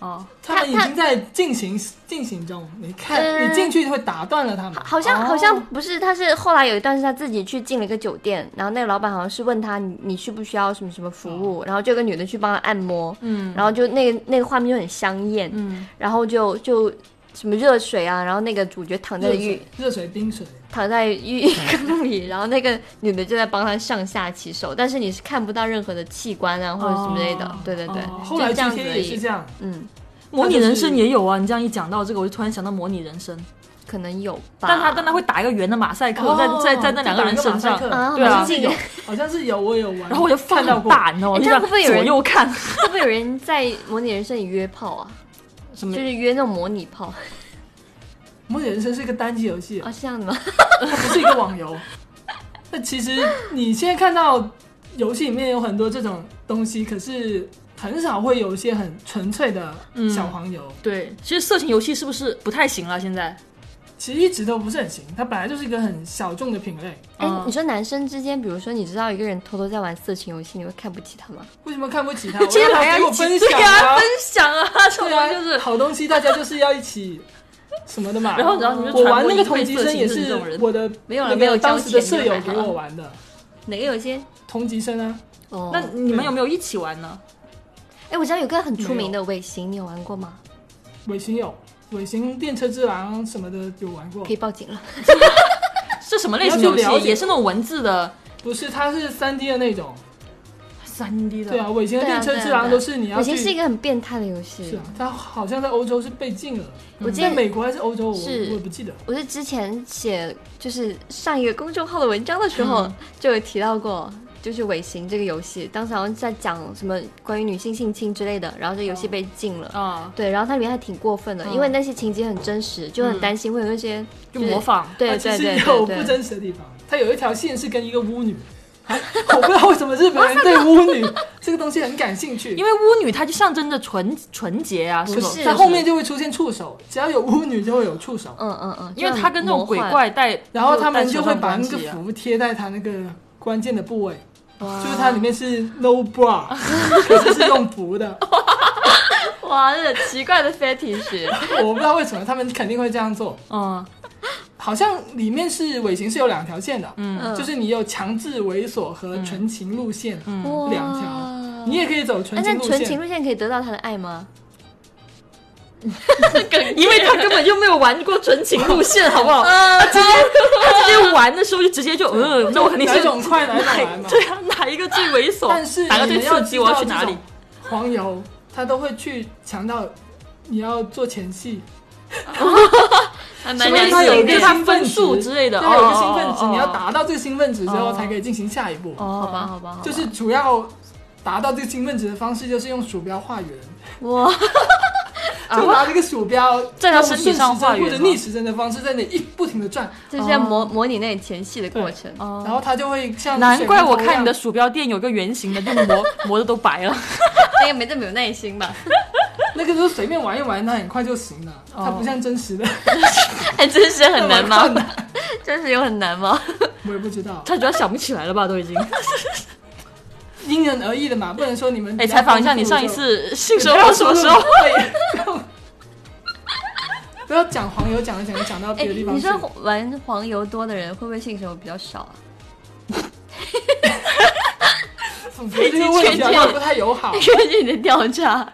S1: 哦，
S3: 他们已
S2: 他
S3: 经在进行进行中。你看，
S2: 嗯
S3: 你进去会打断了他们。
S2: 好像、
S1: 哦
S2: 好像不是，他是后来有一段是他自己去进了一个酒店，然后那个老板好像是问他你你需不需要什么什么服务，然后就有个女的去帮他按摩，
S1: 嗯
S2: 然后就那个那个画面就很香艳，
S1: 嗯，
S2: 然后就就什么热水啊，然后那个主角躺在
S3: 热
S2: 浴
S3: 水、热水、冰水，
S2: 躺在浴浴缸 里，然后那个女的就在帮他上下其手，但是你是看不到任何的器官啊或者什么类的，
S1: 哦
S2: 对对对，
S3: 哦后来
S2: 就这样
S3: GTA
S2: 子而
S3: 也是
S2: 已，
S3: 这样，
S2: 嗯，
S1: 模拟
S3: 他就是
S1: 人生也有啊。你这样一讲到这个，我就突然想到模拟人生，
S2: 可能有吧，
S1: 但他但他会打一个哦圆的马赛克，
S3: 哦
S1: 在在在那两个人身上。
S2: 啊
S1: 对啊
S3: 好像是有，好像是有，我有玩。
S1: 然后我就
S3: 看
S1: 放
S3: 到过，
S1: 大，你知道吗？
S2: 哎
S1: 就
S2: 这样会不会有
S1: 左
S2: 人
S1: 右看，
S2: 会不会有人在模拟人生里约炮 啊？
S1: 什么
S2: 就是约那种模拟炮
S3: 模拟人生是一个单机游戏，
S2: 啊，是这样的吗？
S3: 它不是一个网游。 那其实你现在看到游戏里面有很多这种东西，可是很少会有一些很纯粹的
S1: 嗯
S3: 小黄油。
S1: 对，其实色情游戏是不是不太行了？啊现在
S3: 其实一直都不是很行，它本来就是一个很小众的品类。
S2: 哎、
S1: 嗯
S2: 你说男生之间，比如说你知道一个人偷偷在玩色情游戏，你会看不起他吗？
S3: 为什么看 不起它？我
S1: 其实
S3: 让
S1: 还要
S3: 它给我
S1: 一起
S3: 分
S1: 对
S3: 享
S1: 啊，分享啊，这种
S3: 对啊，
S1: 就是。
S3: 好东西，大家就是要一起什么的 嘛。
S1: 然后你知道你就
S3: 我
S1: 传
S3: 玩
S1: 播
S3: 那个
S1: 一辈
S3: 同
S1: 子
S3: 级
S1: 的
S3: 生
S1: 情
S3: 也
S1: 是这
S3: 是
S1: 种人啊
S3: 我的
S2: 没有了
S3: 那个
S2: 没有交
S3: 当时的
S2: 钱
S3: 舍
S2: 就
S3: 友
S2: 还
S3: 给
S2: 好
S3: 我玩的
S2: 哪个有些？
S3: 同级生啊，
S2: 哦，
S1: 那你们有没有一起玩呢？
S2: 哎、我知道有个很出名的尾行，你有玩过吗？
S3: 尾行有尾行电车之狼什么的有玩过
S2: 可，以报警了。
S1: 是什么类型的游
S3: 你要去了
S1: 戏？
S3: 解
S1: 也是那种文字的
S3: 不是它是三 D 的那种，
S1: 三 D 的。
S3: 对啊，尾行的
S2: 对啊
S3: 电车之狼都是你要
S2: 尾行是一
S3: 去。
S2: 个很变态的游戏。
S3: 是啊，它好像在欧洲是被禁了，
S2: 我记
S3: 在
S2: 得
S3: 美国还是欧洲，我我
S2: 是
S3: 也不记得。
S2: 我是之前写就是上一个公众号的文章的时候，就有提到过，就是尾行这个游戏，当时好像在讲什么关于女性性侵之类的，然后这游戏被禁了。
S1: 啊，
S2: 对，然后它里面还挺过分的，
S1: 嗯
S2: 因为那些情节很真实，就很
S1: 嗯
S2: 担心会有那些
S1: 就是模仿。
S2: 对
S3: 它其
S2: 对
S3: 实
S2: 对
S3: 有
S2: 对
S3: 不
S2: 对，
S3: 真实的地方，它有一条线是跟一个巫 女。啊我不知道为什么日本人对巫女 这个东西很感兴趣，
S1: 因为巫女她就象征着纯纯洁啊，
S3: 不
S1: 是吧
S2: 是
S3: 在后面就会出现触手，只要有巫女就会有触手，
S2: 嗯嗯嗯，
S1: 因为她跟那种鬼怪带，
S3: 然后他们就会把那
S1: 就带手上
S3: 个
S1: 关系啊
S3: 符贴在他那个关键的部位，
S2: 就
S3: 就是它里面是 no bra，可 是是用符的，
S2: 哇，这种奇怪的 fetish，
S3: 我不知道为什么他们肯定会这样做，
S1: 嗯
S3: 好像里面是尾行是有两条线的，
S1: 嗯
S2: 嗯
S3: 就是你有强制猥琐和纯情路线，
S1: 嗯，
S2: 哇
S3: 两条你也可以走
S2: 哎
S3: 纯情
S2: 那
S3: 路
S2: 纯情
S3: 线，
S2: 路线可以得到他的爱吗？
S1: 因为她根本就没有玩过纯情路 线，好不好？
S2: 嗯
S3: 呃
S1: 她直接她直接玩的时候就直接就嗯，那我肯定
S3: 哪
S1: 是
S3: 一种快哪一 种来嘛。
S1: 对啊，哪一个最猥琐？
S3: 但是
S1: 哪个最
S3: 你要
S1: 刺激？我要去
S3: 知道
S1: 哪
S3: 这
S1: 里
S3: 种？黄油他都会去强调你要做前戏，
S2: 还
S1: 是
S2: 蛮
S1: 不是
S2: 良
S1: 他
S3: 它
S1: 有一
S2: 心
S1: 个
S2: 的。
S1: 他分数之类的，
S3: 他有一个兴
S1: 哦
S3: 奋值，你要。达到这个兴奋值之
S1: 哦
S3: 后才可以进行下一步。
S1: 哦，
S2: 好吧，好吧，好吧
S3: 就是主要达到这个兴奋值的方式，就是用鼠标画圆，
S2: 哇，
S3: 就拿这个鼠标
S1: 在他身体上画圆啊
S3: 用
S1: 吗
S3: 顺时针或者逆时针的方式在那里一不停的转，
S2: 这是要模模拟那个前戏的过程。
S1: 哦
S3: 然后它就会像
S1: 难怪我
S3: 水龙头一
S1: 看
S3: 样
S1: 你的鼠标垫有个圆形的，就磨磨的都白了。
S2: 那个没这么有耐 心吧？
S3: 那个都是随便玩一玩，它很快就行了，
S1: 哦
S3: 它不像 真实的
S2: 哎，真是很难
S3: 那么
S2: 吗？
S3: 困难
S2: 真是有很难吗？
S3: 我也不知道，
S1: 他主要想不起来了吧，都 已经。
S3: 因人而异的嘛，不能说你们
S1: 哎，采访一下你上一次性生活什么时 候？
S3: 候？ 不要讲黄油，讲着讲着讲到
S2: 哎，
S3: 别的地方
S2: 你
S3: 去。
S2: 说玩黄油多的人会不会性生活比较少啊？
S3: 我觉得这个问 题好啊
S2: 啊
S3: 像不太友好，
S2: 根据你的调查，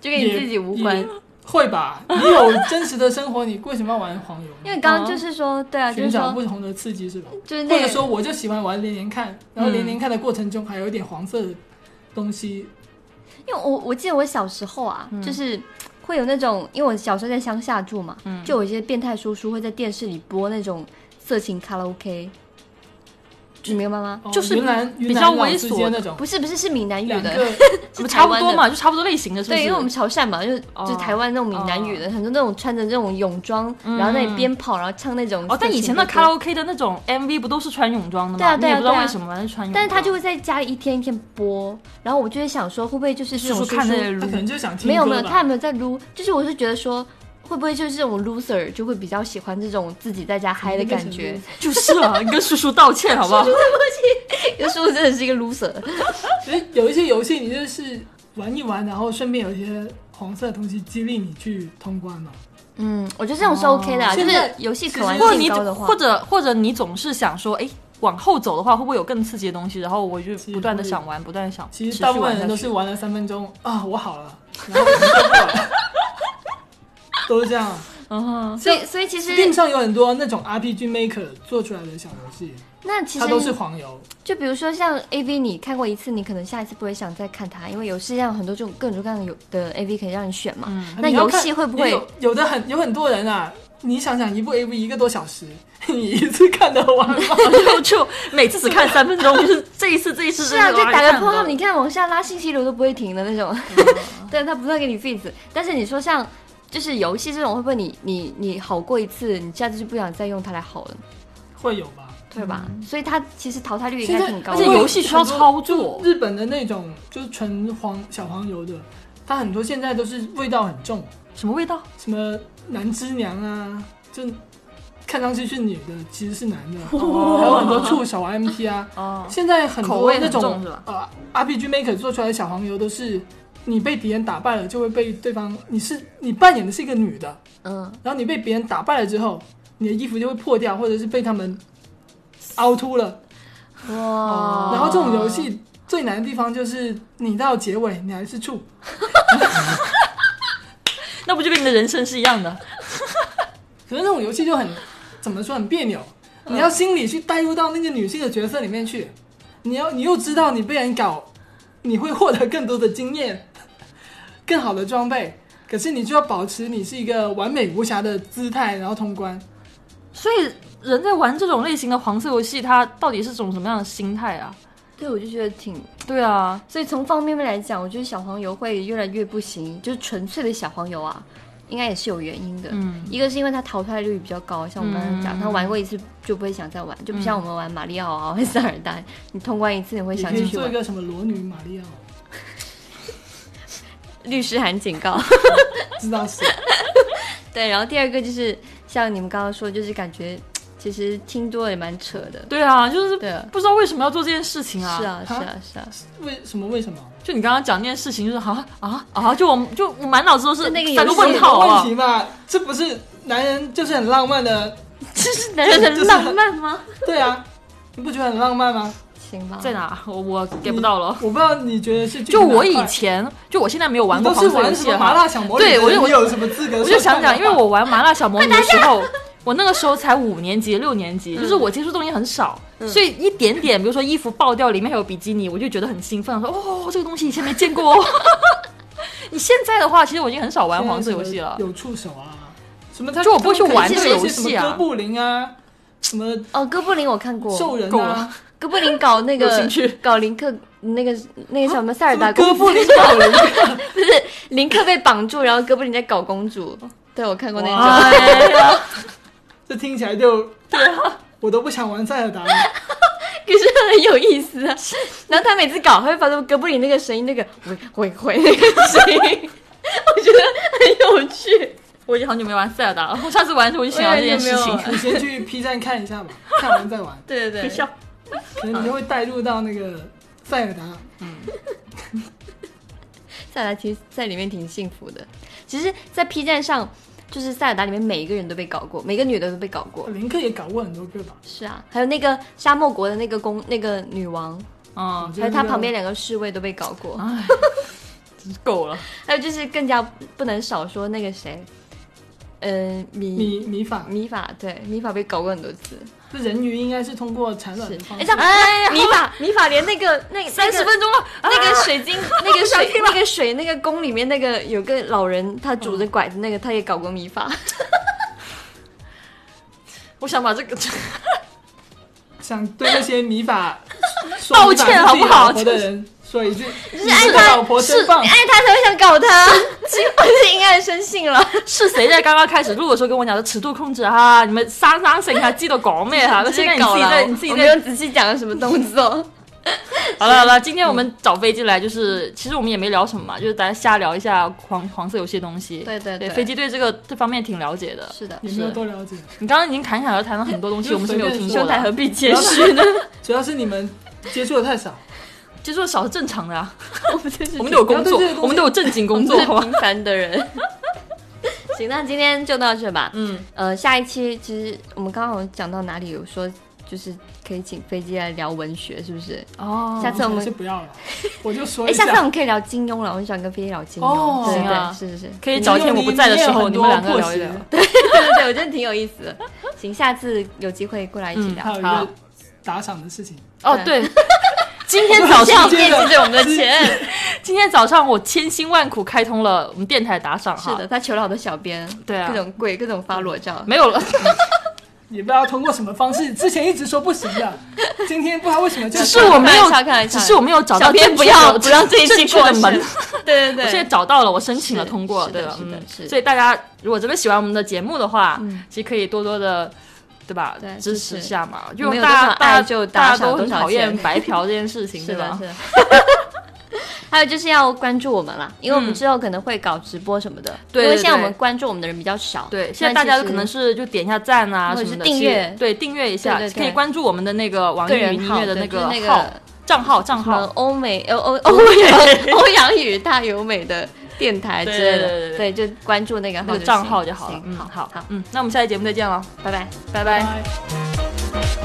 S2: 就跟你
S3: 也
S2: 自己无关。
S3: 也会吧？你有真实的生活，你为什么要玩黄油？
S2: 因为刚刚就是说，对啊，就
S3: 寻
S2: 是
S3: 找
S2: 说
S3: 不，同的刺激是吧？
S2: 就是
S3: 或
S2: 那
S3: 者
S2: 个
S3: 说，我就喜欢玩连连看，然后连连看的过程中还有一点黄色的东西，
S2: 因为我我记得我小时候啊，
S1: 嗯
S2: 就是会有那种，因为我小时候在乡下住嘛，
S1: 嗯
S2: 就有一些变态叔叔会在电视里播那种色情卡拉 OK，你明白吗？
S3: 哦
S1: 就是
S3: 云南
S1: 比
S3: 云南
S1: 较
S3: 老
S1: 猥
S3: 之
S1: 琐
S3: 间
S1: 的
S3: 那种，
S2: 不是不是是闽南语
S3: 两
S2: 的，
S3: 个
S2: 是
S1: 差
S2: 台
S1: 不
S2: 湾
S1: 多
S2: 的。
S1: 嘛，就差不多类型的，是哦不是？
S2: 对，因为我们潮汕嘛，就是、就是台湾那种闽南语的，很多那种穿着这种泳装，然后那里鞭炮，然后唱那种。
S1: 嗯哦，但以前的卡
S2: 卡拉
S1: 拉 OK 的那种 MV 不都是穿泳装的吗？
S2: 对啊对
S1: 你
S2: 啊
S1: 也不知道
S2: 对啊
S1: 为什么是穿泳装，
S2: 但是他就会在家里一天一天播，然后我就会想说，会不会就是
S1: 叔
S2: 这种
S1: 叔
S2: 叔
S1: 看
S2: 叔
S1: 那
S3: 他可能就想听
S2: 没有
S3: 歌
S2: 没有，
S3: 吧
S2: 他也没有在撸，就是我是觉得说，会不会就是这种 loser 就会比较喜欢这种自己在家嗨的感觉？
S1: 就是了，你跟叔叔道 歉好不好？
S2: 有时候真的是一个 loser，
S3: 其实有一些游戏你就是玩一玩，然后顺便有一些黄色的东西激励你去通关嘛。
S2: 嗯，我觉得这种是 OK 的啊、
S3: 哦
S2: 就
S3: 现
S2: 是
S3: 在
S2: 游戏可玩
S1: 或者
S2: 性
S1: 你
S2: 高的话
S1: 或，者或者你总是想说，哎，往后走的话会不会有更刺激的东西？然后我就不断的想
S2: 嗯
S1: 玩，不断的想，
S3: 其
S1: 持
S3: 实
S1: 续
S3: 大部
S1: 玩
S3: 分人
S1: 下
S3: 都
S1: 去
S3: 是玩了三分钟啊，我好了，然后我就过了都是这样。
S1: 嗯哼，
S2: 所以所 以其实
S3: Steam 上有很多那种 RPG Maker 做出来的小游戏，
S2: 那其实
S3: 它都是黄油。
S2: 就比如说像 A V，你看过一次，你可能下一次不会想再看它，因为游戏上很多这种各种各样的有的 A V 可以让你选嘛。那
S3: 啊你要
S2: 游
S3: 看
S2: 戏会不会
S3: 有有的很有很多人啊？你想想，一部 AV 一个多小时，你一次看得完 吗？
S1: 就就每次只看三分钟，就是这一次这一次哎
S2: 是啊，就打个括号，
S1: 你
S2: 你看往下拉信息流都不会停的那种，
S3: 嗯
S2: 对，它不断给你 feed。但是你说像就是游戏这种，会不会你你你好过一次，你下次就不想再用它来好了，
S3: 会有吧？
S2: 对吧？所以它其实淘汰率
S3: 嗯
S2: 应
S3: 现
S2: 该
S3: 在
S2: 挺高
S1: 而且
S2: 的。
S1: 游戏需要操作
S3: 就日本的那种就是纯黄小黄油的，它很多现在都是味道很重，
S1: 什么味道？
S3: 什么男之娘啊，就看上去是女的，其实是男 的，
S1: 哇
S3: 还有很多触手啊、MT 啊。
S1: 哦，
S3: 现在很
S1: 口
S3: 多
S1: 味很
S3: 那
S1: 重
S3: 种
S1: 是吧
S3: 呃 RPG Maker 做出来的小黄油都是，你被敌人打败了就会被对方，你是你扮演的是一个女的，
S2: 嗯，
S3: 然后你被别人打败了之后，你的衣服就会破掉，或者是被他们凹凸了。
S2: 哇，
S1: 哦
S3: 然后这种游戏最难的地方就是你到结尾你还是处，
S1: 那不就跟你的人生是一样的？
S3: 可是那种游戏就很怎么说很别扭，
S1: 嗯
S3: 你要心里去带入到那个女性的角色里面去，你要你又知道你被人搞，你会获得更多的经验，更好的装备，可是你就要保持你是一个完美无瑕的姿态，然后通关。
S1: 所以人在玩这种类型的黄色游戏，它到底是种什么样的心态啊？
S2: 对我就觉得挺，
S1: 对啊，
S2: 所以从方面面来讲，我觉得小黄油会越来越不行，就是纯粹的小黄油啊。应该也是有原因的，
S1: 嗯
S2: 一个是因为它淘汰率比较高，像我们刚刚讲，
S1: 嗯
S2: 他玩过一次就不会想再玩，就不像我们玩马里奥啊、或者塞尔达，你通关一次你会
S3: 嗯你
S2: 想
S3: 可
S2: 继
S3: 以
S2: 续
S3: 做一
S2: 玩。
S3: 个什么裸女玛利奥，
S2: 律师函警 告。
S3: 知道是
S2: 对，然后第二个就是像你们刚刚说，就是感觉其实听多了也蛮扯的。
S1: 对啊，就是
S2: 对啊
S1: 不知道为什么要做这件事情啊。
S2: 是，啊，是啊
S3: 啊，
S2: 是 啊，
S3: 为什么为什么？
S1: 就你刚刚讲那件事情，就是啊啊啊，就我就我满脑子都是
S2: 就那个
S1: 三
S2: 游
S1: 个
S2: 戏
S1: 问号
S3: 问
S1: 啊
S3: 题。嘛，这不是男人就是很浪 漫的，
S2: 这是男人的浪漫吗？
S3: 对啊，你不觉得很浪漫吗？
S2: 行吧，
S1: 在哪？我我 get 不到了。
S3: 我不知道你觉得是
S1: 就我以
S3: 以前。
S1: 前，就我现在没有玩
S3: 你
S1: 过
S3: 都
S1: 黄
S3: 是
S1: 色游
S3: 玩什
S1: 戏
S3: 么麻
S1: 哈。
S3: 辣小魔女的人，
S1: 对我就我
S3: 你有什么资格？
S1: 我就想讲，因为我玩麻辣小魔女的时候，我那个时候才五年级、六年级，
S3: 嗯
S1: 就是我接触东西很少，所以一点点，比如说衣服爆掉，里面还有比基尼，我就觉得很兴奋，说哦，这个东西以前没见 过哦。你现在的话，其实我已经很少玩黄色游戏了。
S3: 有触手啊，什么他
S1: 就我不会去玩
S2: 这个游
S1: 戏啊
S3: 什么哥布林啊，什么
S2: 哦，哥布林我看过，
S3: 兽人
S1: 够了
S3: 啊，
S2: 哥布林搞 那
S1: 有兴
S2: 个
S1: 趣
S2: 搞林克那个那个什么塞尔
S3: 什么
S2: 达
S3: 哥
S2: 公
S3: 布，
S2: 主
S3: 林狗人，
S2: 就是林克被绑住，然后哥布林在搞公主。对，我看过那
S3: 哇
S2: 个。
S1: 哎呀，
S3: 这听起来就对啊，我都不想玩塞尔 达了。
S2: 可是很有意思啊。然后他每次搞，他会发出哥布林那个声音，那个回回回那个声 音，我觉得很有趣。
S1: 我已经好久没玩塞尔达了，我上次玩的时候我就想到这件事
S2: 我也没有
S1: 情
S2: 玩。
S3: 啊你先去 P 站看一下吧，看完再玩，
S2: 对对
S1: 别
S2: 对，
S1: 笑，
S3: 可能你就会带入到那个塞尔达。
S2: 塞尔达其实在里面挺幸福的。其实，在 P 站上，就是塞尔达里面每一个人都被搞过，每个女的都被搞过。
S3: 林克也搞过很多个吧，
S2: 是啊，还有那个沙漠国的那个公那个女王，
S1: 嗯，
S2: 还有她旁边两个侍卫都被搞过。
S1: 哎，真是够了。
S2: 还有就是更加不能少说那个谁，嗯、米
S3: 米米法，
S1: 嗯
S2: 米法，对，米法被搞过很多次。
S3: 这人鱼应该是通过产卵
S2: 是
S3: 的，方
S2: 哎，
S3: 式。
S2: 像
S1: 哎呀
S2: 米法，米法连那个那个
S1: 三十分钟了，
S2: 那
S1: 那
S2: 个那
S1: 个啊
S2: 个水晶，那个水，那个水，那个宫里面那个有个老人，他拄
S1: 嗯
S2: 着拐子，那个他也搞过米 法。
S1: 我想把这个，
S3: 想对那些 米法说
S1: 道歉
S3: 米法是自己
S1: 好不好
S3: 老婆的人说一句，你
S2: 就是爱
S3: 个老
S2: 他，
S3: 婆
S2: 是
S3: 真棒
S1: 哎
S2: 你。爱他才会想搞他，我是因爱生性了。
S1: 是谁在刚刚开始录的时候跟我讲的尺度控制啊？你们三三省还记得搞咩啊 哈？那现在你自己在你自己
S2: 我没
S1: 在
S2: 有仔细讲了什么动 作。
S1: 好了好了，今天我们找飞机来就是，其实我们也没聊什么嘛，就是大家瞎聊一下黄黄色游戏的东西。
S2: 对对
S1: 对，飞机对这个这方面挺了解的。
S2: 是 的，
S3: 你没有多了解，
S1: 你刚刚已经侃侃而谈了很多东西，
S3: 就
S1: 我们是没有听过
S3: 随便说
S1: 的。
S3: 吧
S1: 何必谦
S3: 虚
S1: 虚呢？
S3: 主要是你们接触的太少。
S1: 接触的少是正常的啊，
S2: 我 们就是
S1: 我们都有工
S3: 对
S1: 作
S3: 对对，
S1: 我们都有正经工
S2: 我
S1: 作，
S2: 们
S1: 好
S2: 是
S1: 吧？
S2: 平凡的人。 行，那今天就到这吧。
S1: 嗯，
S2: 呃，下一期其实我们刚刚好像讲到哪里有说，就是可以请飞机来聊文学，是不是？
S1: 哦
S2: 下次我们
S3: 还是不要了，我就说
S2: 哎，
S3: 一
S2: 下次我们可以聊金庸了，我很喜欢跟飞机聊金庸。
S3: 哦
S2: 对
S1: 行啊
S2: 对，是是 是，
S1: 可以找一天我不在的时候，你们两个聊一聊。
S2: 对对对，我觉得挺有意思的。行，下次有机会过来一起
S1: 嗯
S2: 聊。
S3: 还有一
S1: 好
S3: 个打赏的事情，
S1: 哦， 对，今天早上
S2: 上面记着我们的钱。
S1: 今天早上我千辛万苦开通了我们电台打赏哈，
S2: 是的，，他求了好多小编，
S1: 对啊
S2: 各种跪，各种发裸 照。
S1: 没有了，
S3: 也不知道通过什么方式，之前一直说不行的，今天不知道为什么就
S1: 只是我没有
S2: 看了一下看了一，下
S1: 只是我没有找到
S2: 小编
S1: 正确
S2: 不要
S1: 的
S2: 不让这一
S1: 正
S2: 期
S1: 确
S2: 过
S1: 的门，
S2: 对 对
S1: 我
S2: 对，
S1: 现在找到了，我申请了
S2: 是
S1: 通过，
S2: 是的
S1: 对吧？
S2: 是的
S1: 嗯，
S2: 是的
S1: 所以大家如果真的喜欢我们的节目的话，
S2: 嗯
S1: 其实可以多多的。对吧？
S2: 对
S1: 支
S2: 支
S1: 持
S2: 持
S1: 一下嘛，因
S2: 没
S1: 为
S2: 有
S1: 大家
S2: 多少
S1: 大
S2: 爱
S1: 家
S2: 就
S1: 大家
S2: 打赏
S1: 都很
S2: 多少
S1: 讨厌
S2: 钱
S1: 白嫖这件事 情，
S2: 是
S1: 对
S2: 的，
S1: 吧
S2: 是？的。还有就是要关注我们啦，因为我们
S1: 嗯
S2: 之后可能会搞直播什么的。
S1: 对
S2: 因为
S1: 对
S2: 现在我
S1: 对
S2: 们关注我们的人比较少。
S1: 对，现在大家可能
S2: 是
S1: 是就点一下赞啊
S2: 或者
S1: 什么的，
S2: 是订
S1: 其实
S2: 阅
S1: 对，订阅一下，
S2: 对对对
S1: 可以关注我们的那个网易
S2: 个
S1: 云
S2: 人
S1: 音
S2: 号
S1: 乐的
S2: 对就是
S1: 个
S2: 那个
S1: 号账号账
S2: 什么
S1: 号，
S2: 欧美欧欧欧欧 欧洋语大有美的电台之类
S1: 对对对
S2: 的，对，就关注那个
S1: 那
S2: 号
S1: 个
S2: 就
S1: 账
S2: 行
S1: 号就好了。
S2: 行
S1: 嗯，
S2: 好
S1: 好
S2: 好，，
S1: 嗯，那我们下期节目再见了，
S2: 拜拜。
S1: 拜拜。
S3: 拜
S2: 拜